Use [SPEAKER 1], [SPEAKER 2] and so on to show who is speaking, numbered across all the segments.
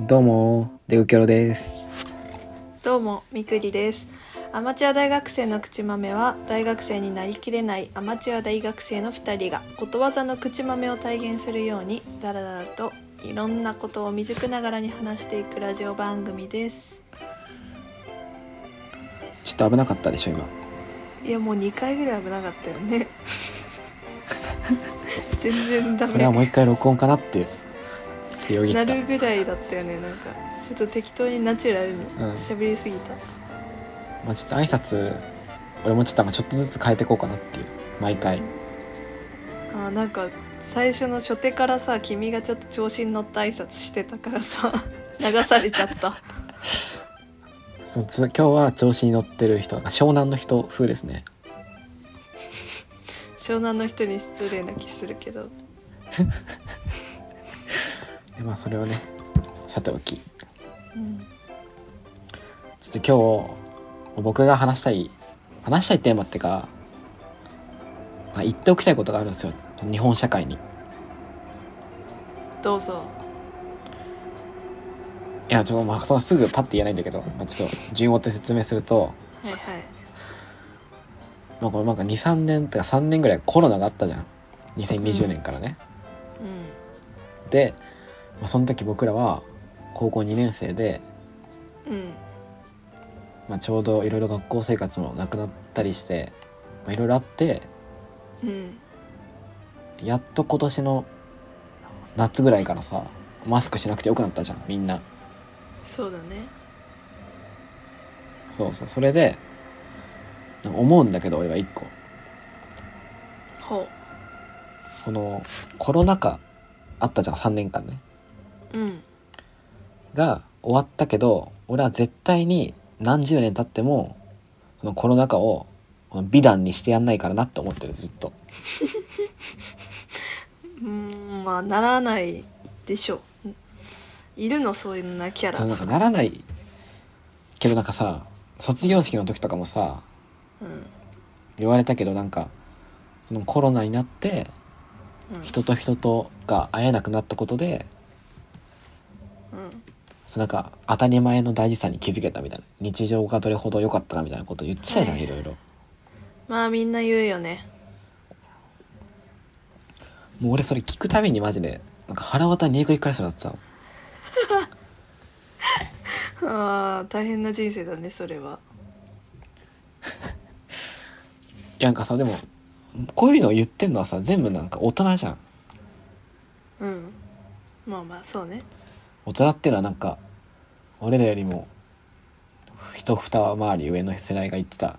[SPEAKER 1] どうも、デウキョロです。
[SPEAKER 2] どうも、みくりです。アマチュア大学生の口豆は、大学生になりきれないアマチュア大学生の2人が、ことわざの口豆を体現するように、だらだらといろんなことを未熟ながらに話していくラジオ番組です。
[SPEAKER 1] ちょっと危なかったでしょ、今。
[SPEAKER 2] いや、もう2回ぐらい危なかったよね。 全然ダ
[SPEAKER 1] それは
[SPEAKER 2] メ。
[SPEAKER 1] もう一回録音かなって、ちょっとよぎっ
[SPEAKER 2] な
[SPEAKER 1] た。
[SPEAKER 2] るぐらいだったよね、なんか。ちょっと適当にナチュラルに喋りすぎた。
[SPEAKER 1] まあちょっと挨拶、俺もちょっとなんかちょっとずつ変えていこうかなっていう。毎回。
[SPEAKER 2] あーなんか最初の初手からさ君がちょっと調子に乗った挨拶してたか らさ流されちゃった
[SPEAKER 1] そうつ今日は調子に乗ってる人、なんか湘南の人風ですね。
[SPEAKER 2] 湘南の人に失礼な気するけど
[SPEAKER 1] でまあそれをね、さておき。ち
[SPEAKER 2] うん
[SPEAKER 1] ょっと今日、僕が話したい、話したいテーマってか、まあ、言っておきたいことがあるんですよ。日本社会に。い
[SPEAKER 2] どうぞ
[SPEAKER 1] や、ちょっとまあ、そのすぐパッて言えないんだけど、まあ、ちょっと順を追って説明すると、
[SPEAKER 2] はいはい
[SPEAKER 1] まあ、これなんか23年とか3年ぐらいコロナがあったじゃん2020年からね、で、まあ、その時僕らは高校2年生で、
[SPEAKER 2] うんうん
[SPEAKER 1] まあ、ちょうどいろいろ学校生活もなくなったりしてまあいろいろあって
[SPEAKER 2] うん
[SPEAKER 1] やっと今年の夏ぐらいからさマスクしなくてよくなったじゃんみんな
[SPEAKER 2] そうだね
[SPEAKER 1] そうそうそれでなんか思うんだけど俺は一個
[SPEAKER 2] ほ
[SPEAKER 1] このコロナ禍あったじゃん3年間ね
[SPEAKER 2] ううん
[SPEAKER 1] が終わったけど俺は絶対に何十年経ってもそのコロナ禍をこの美談にしてやんないからなって思ってるずっと
[SPEAKER 2] うんまあならないでしょういるのそういうなキャ
[SPEAKER 1] その
[SPEAKER 2] ラ
[SPEAKER 1] なんかならないけどなんかさ卒業式の時とかもさ
[SPEAKER 2] うんうん
[SPEAKER 1] 言われたけどなんかそのコロナになって人と人とが会えなくなったことで
[SPEAKER 2] うん
[SPEAKER 1] そのなんか当たり前の大事さに気づけたみたいな日常がどれほど良かったかみたいなこと言ってたじゃん
[SPEAKER 2] はい
[SPEAKER 1] いろいろ
[SPEAKER 2] まあみんな言うよね
[SPEAKER 1] もう俺それ聞くたびにマジでなんか腹渡にえぐり返すようになってたの
[SPEAKER 2] ああ大変な人生だねそれはい
[SPEAKER 1] やなんかさでもこういうのを言ってんのはさ全部なんか大人じゃん
[SPEAKER 2] うんまあまあそうね
[SPEAKER 1] 大人っていうのはなんか俺らよりも一二回り上の世代が言ってた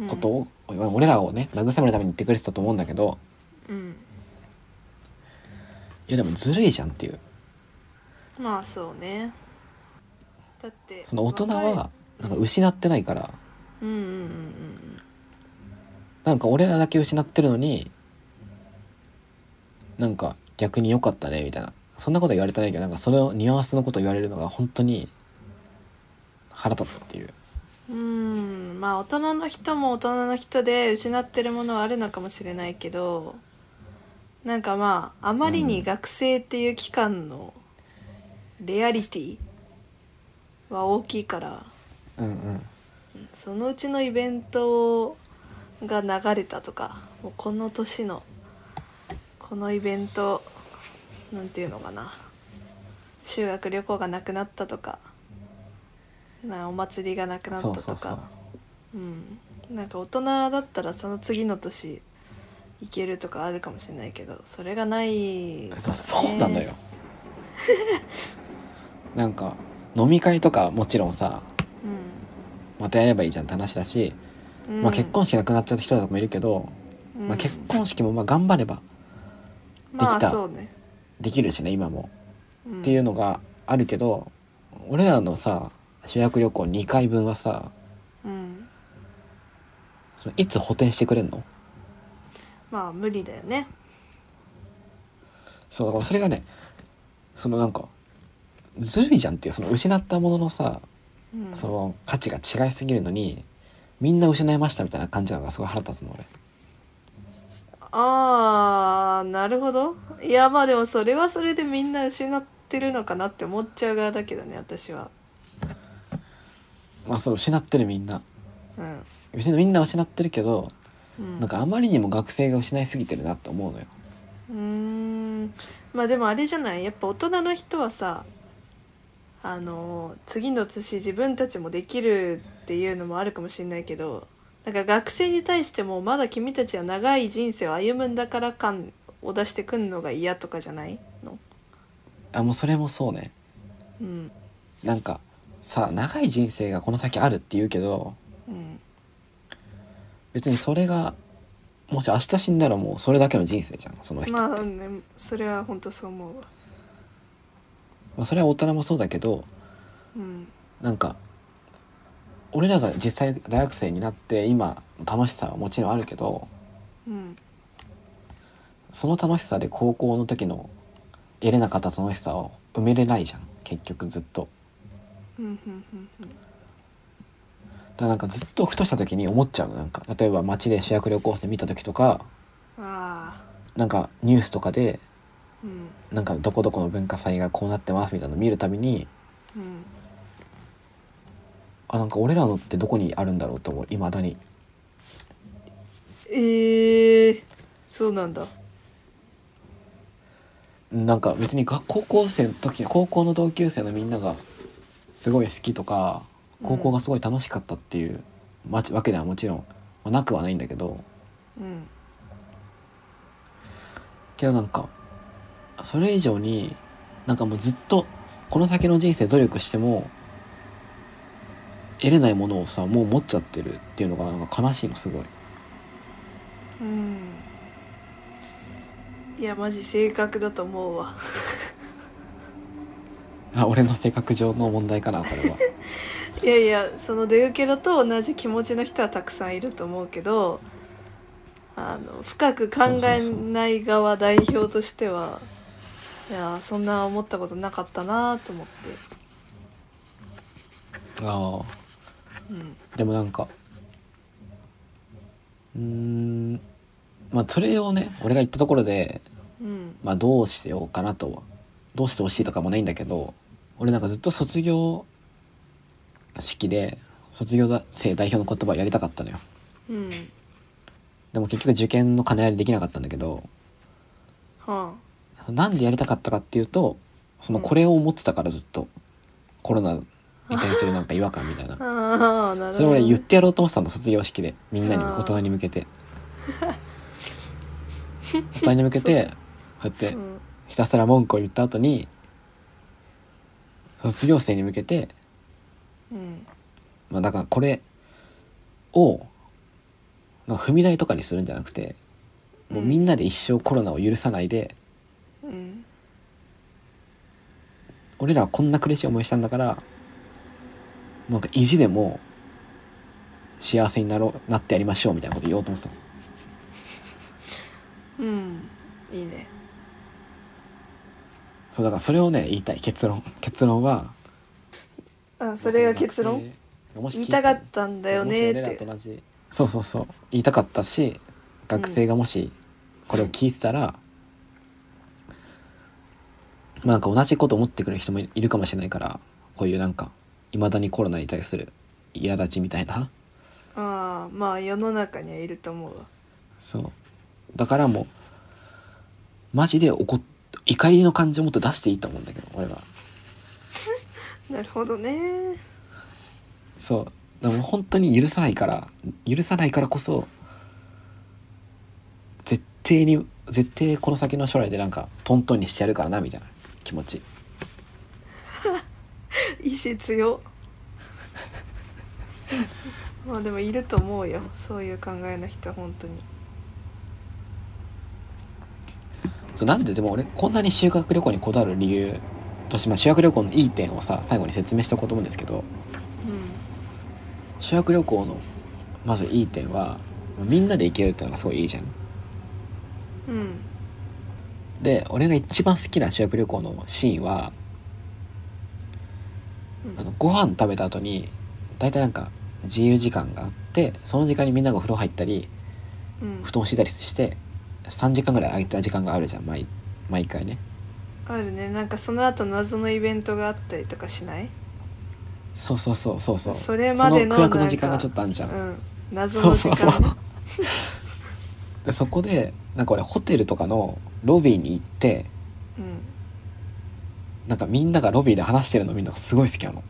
[SPEAKER 2] うん
[SPEAKER 1] ことを、俺らをね慰めるために言ってくれてたと思うんだけど
[SPEAKER 2] うん
[SPEAKER 1] いやでもずるいじゃんっていう
[SPEAKER 2] まあそうねだって
[SPEAKER 1] その大人
[SPEAKER 2] 若い
[SPEAKER 1] はなんか失ってないから
[SPEAKER 2] うんうんうん
[SPEAKER 1] なんか俺らだけ失ってるのになんか逆に良かったねみたいなそんなこと言われてないけどなんかそのニュアンスのこと言われるのが本当に腹立つっていう
[SPEAKER 2] うんうんうんまあ大人の人も大人の人で失ってるものはあるのかもしれないけどなんかまああまりに学生っていう期間のレアリティは大きいから
[SPEAKER 1] うんうん
[SPEAKER 2] そのうちのイベントが流れたとかもうこの年のこのイベントなんていうのかな修学旅行がなくなったとかなお祭りがなくなったとか
[SPEAKER 1] そうそうそう
[SPEAKER 2] うん、なんか大人だったらその次の年行けるとかあるかもしれないけどそれがないからね、
[SPEAKER 1] そうそうなのよ なんか飲み会とかもちろんさまたやればいいじゃんって話だし、
[SPEAKER 2] うん、うん
[SPEAKER 1] まあ、結婚式なくなっちゃった人とかもいるけど、まあ、結婚式もまあ頑張れば
[SPEAKER 2] うん
[SPEAKER 1] できた
[SPEAKER 2] まあそうね、
[SPEAKER 1] できるしね今も
[SPEAKER 2] うん
[SPEAKER 1] っていうのがあるけど俺らのさ修学旅行2回分はさ
[SPEAKER 2] うん
[SPEAKER 1] そのいつ補填してくれんの
[SPEAKER 2] まあ無理だよね
[SPEAKER 1] そうだからそれがねそのなんかずるいじゃんっていうその失ったもののさ
[SPEAKER 2] うん
[SPEAKER 1] その価値が違いすぎるのにみんな失いましたみたいな感じなのがすごい腹立つの俺
[SPEAKER 2] ああなるほどいやまあでもそれはそれでみんな失っってるのかなって思っちゃう側だけどね私は
[SPEAKER 1] まあそう失ってるみんな
[SPEAKER 2] うん、
[SPEAKER 1] 別にみんな失ってるけど、
[SPEAKER 2] うん、
[SPEAKER 1] なんかあまりにも学生が失いすぎてるなって思うのよ
[SPEAKER 2] うーんまあでもあれじゃないやっぱ大人の人はさあの次の年自分たちもできるっていうのもあるかもしれないけどなんか学生に対してもまだ君たちは長い人生を歩むんだから感を出してくんのが嫌とかじゃないの
[SPEAKER 1] あもうそれもそうね
[SPEAKER 2] うん
[SPEAKER 1] なんかさ長い人生がこの先あるって言うけど
[SPEAKER 2] うん
[SPEAKER 1] 別にそれがもし明日死んだらもうそれだけの人生じゃんその人、ま
[SPEAKER 2] まあ、ね、それは本当そう思うわ
[SPEAKER 1] あ、それは大人もそうだけど
[SPEAKER 2] うん
[SPEAKER 1] なんか俺らが実際大学生になって今楽しさはもちろんあるけど
[SPEAKER 2] うん
[SPEAKER 1] その楽しさで高校の時の得れなかった楽しさを埋めれないじゃん結局ずっと
[SPEAKER 2] うんうんうん
[SPEAKER 1] だからなんかずっとふとした時に思っちゃうのなんか例えば街で修学旅行生見た時とか
[SPEAKER 2] うんああ
[SPEAKER 1] なんかニュースとかで
[SPEAKER 2] うん
[SPEAKER 1] なんかどこどこの文化祭がこうなってますみたいなの見るたびに
[SPEAKER 2] うん
[SPEAKER 1] あなんか俺らのってどこにあるんだろうと思ういまだに
[SPEAKER 2] ええー、そうなんだ
[SPEAKER 1] なんか別にが高校生の時高校の同級生のみんながすごい好きとか高校がすごい楽しかったっていう、まわけではもちろん、まあなくはないんだけど
[SPEAKER 2] うん
[SPEAKER 1] けどなんかそれ以上になんかもうずっとこの先の人生努力しても得れないものをさもう持っちゃってるっていうのがなんか悲しいのすごい。
[SPEAKER 2] うんいやマジ性格だと思うわ
[SPEAKER 1] あ俺の性格上の問題かなこれは。
[SPEAKER 2] いやいやその出受けだと同じ気持ちの人はたくさんいると思うけどあの深く考えない側代表としてはいやそんな思ったことなかったなと思って
[SPEAKER 1] ああ
[SPEAKER 2] うん
[SPEAKER 1] でもなんかうーんまあそれをね俺が言ったところで、
[SPEAKER 2] うん
[SPEAKER 1] まあ、どうしようかなとはどうしてほしいとかもないんだけど俺なんかずっと卒業式で卒業生代表の言葉をやりたかったのよ
[SPEAKER 2] うん
[SPEAKER 1] でも結局受験の兼ね合いでできなかったんだけど
[SPEAKER 2] は
[SPEAKER 1] なんでやりたかったかっていうとそのこれを持ってたからずっとコロナに対するなんか違和感みたいな
[SPEAKER 2] あああなる
[SPEAKER 1] それ
[SPEAKER 2] ほど
[SPEAKER 1] 俺言ってやろうと思ってたの卒業式でみんなに
[SPEAKER 2] あー
[SPEAKER 1] 大人に向け て大人に向けてこうやって
[SPEAKER 2] うん
[SPEAKER 1] ひたすら文句を言った後に卒業生に向けて、
[SPEAKER 2] うん
[SPEAKER 1] まあ、だからこれをなんか踏み台とかにするんじゃなくてもうみんなで一生コロナを許さないで、
[SPEAKER 2] うん
[SPEAKER 1] 俺らはこんな苦しい思いしたんだからなんか意地でも幸せになろうなってやりましょうみたいなこと言おうと思ってたの
[SPEAKER 2] うんいいね
[SPEAKER 1] そうだからそれをね言いたい結論結論は
[SPEAKER 2] あそれが結論
[SPEAKER 1] もし聞
[SPEAKER 2] 言い
[SPEAKER 1] い
[SPEAKER 2] たかったんだよね
[SPEAKER 1] も
[SPEAKER 2] っ
[SPEAKER 1] し俺
[SPEAKER 2] て
[SPEAKER 1] らと同じそうそうそう言いたかったし学生がもしこれを聞いてたら、まあなんか同じこと思ってくれる人もいいるかもしれないからこういうなんかいまだにコロナに対する苛立ちみたいな
[SPEAKER 2] ああまあ世の中にはいると思うわ
[SPEAKER 1] そうだからもうマジで怒っ怒りの感情をもっと出していいと思うんだけど俺は
[SPEAKER 2] なるほどね
[SPEAKER 1] そうでも本当に許さないから許さないからこそ絶対に絶対この先の将来でなんかトントンにしてやるからなみたいな気持ち
[SPEAKER 2] 意志強 まあでもいると思うよそういう考えの人は本当に
[SPEAKER 1] そうなんででも俺こんなに修学旅行にこだわる理由として、まあ、修学旅行のいい点をさ最後に説明しておこうと思うんですけど修学旅行のまずいい点はみんなで行けるっていうのがすごいいいじゃん
[SPEAKER 2] うんうん
[SPEAKER 1] で俺が一番好きな修学旅行のシーンは
[SPEAKER 2] うん
[SPEAKER 1] あのご飯食べた後に大体なんか自由時間があってその時間にみんながお風呂入ったり
[SPEAKER 2] うん
[SPEAKER 1] 布団敷いたりして3時間ぐらい空いた時間があるじゃん毎毎回ね
[SPEAKER 2] ああるねなんかその後謎のイベントがあったりとかしない
[SPEAKER 1] そうそうそうそうそう
[SPEAKER 2] それまでの
[SPEAKER 1] その
[SPEAKER 2] な
[SPEAKER 1] 空
[SPEAKER 2] ん
[SPEAKER 1] 白
[SPEAKER 2] か
[SPEAKER 1] の時間がちょっとあんじゃん、
[SPEAKER 2] うん謎
[SPEAKER 1] そ
[SPEAKER 2] の
[SPEAKER 1] う
[SPEAKER 2] 時
[SPEAKER 1] そう
[SPEAKER 2] 間ね
[SPEAKER 1] そうでそこでなんか俺ホテルとかのロビーに行って
[SPEAKER 2] うん
[SPEAKER 1] なんかみんながロビーで話してるのみんなすごい好きなの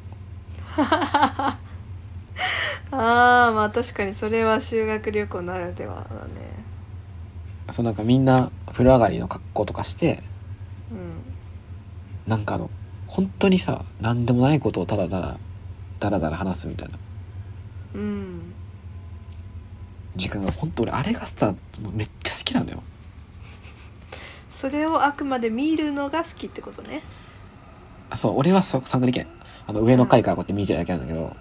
[SPEAKER 2] ああまあ確かにそれは修学旅行ならではだね
[SPEAKER 1] そうなんかみんな風呂上がりの格好とかして
[SPEAKER 2] うん
[SPEAKER 1] なんかあの本当にさ何でもないことをただただだらだら話すみたいな
[SPEAKER 2] うん
[SPEAKER 1] 時間が本当俺あれがさもうめっちゃ好きなんだよ
[SPEAKER 2] それをあくまで見るのが好きってことね
[SPEAKER 1] あそう俺はそ参加できないあの上の階からこうやって見てるだけなんだけど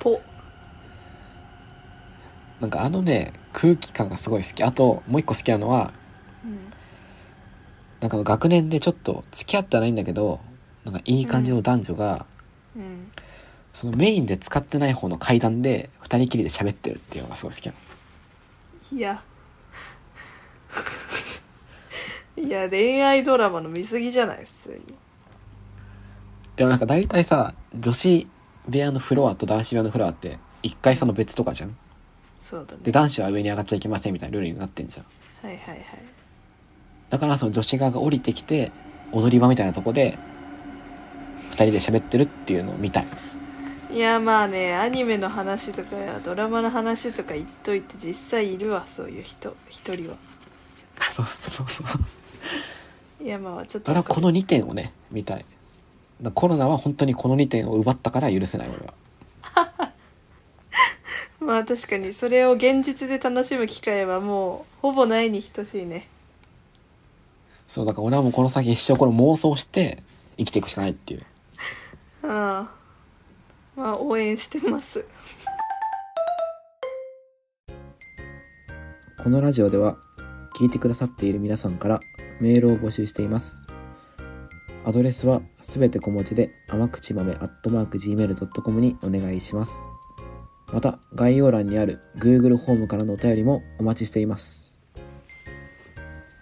[SPEAKER 2] ぽ
[SPEAKER 1] なんかあのね空気感がすごい好きあともう一個好きなのは
[SPEAKER 2] うん
[SPEAKER 1] なんかあの学年でちょっと付き合ってはないんだけどなんかいい感じの男女が、
[SPEAKER 2] うん
[SPEAKER 1] そのメインで使ってない方の階段で二人きりで喋ってるっていうのがすごい好きなの
[SPEAKER 2] いや いや恋愛ドラマの見過ぎじゃない普通に
[SPEAKER 1] いやなんか大体さ女子部屋のフロアと男子部屋のフロアって一階その別とかじゃん
[SPEAKER 2] そうだね
[SPEAKER 1] で男子は上に上がっちゃいけませんみたいなルールになってんじゃん
[SPEAKER 2] はいはいはい
[SPEAKER 1] だからその女子側が降りてきて踊り場みたいなとこで二人で喋ってるっていうのを見たい
[SPEAKER 2] いやまあねアニメの話とかやドラマの話とか言っといて実際いるわそういう人一人は
[SPEAKER 1] そうそうそう
[SPEAKER 2] いやまあちょっと
[SPEAKER 1] 俺はこの2点をね見たいだコロナは本当にこの2点を奪ったから許せない俺は
[SPEAKER 2] まあ確かにそれを現実で楽しむ機会はもうほぼないに等しいね
[SPEAKER 1] そうだから俺はもうこの先一生これ妄想して生きていくしかないっていう
[SPEAKER 2] うんまあ応援してます
[SPEAKER 1] このラジオでは聞いてくださっている皆さんからメールを募集していますアドレスはすべて小文字で甘口豆アットマーク Gmail.com にお願いしますまた概要欄にある Google ホームからのお便りもお待ちしています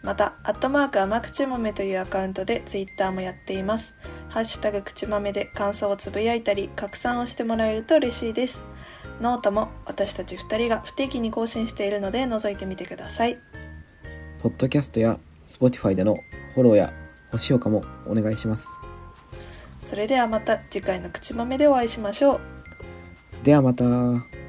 [SPEAKER 2] また「アットマーク甘口豆」というアカウントでツイッターもやっていますハッシュタグ口豆で感想をつぶやいたり拡散をしてもらえると嬉しいですノートも私たち2人が不定期に更新しているので覗いてみてください
[SPEAKER 1] ポッドキャストや Spotify でのフォローや星評価もお願いします
[SPEAKER 2] それではまた次回の口豆でお会いしましょう
[SPEAKER 1] ではまた。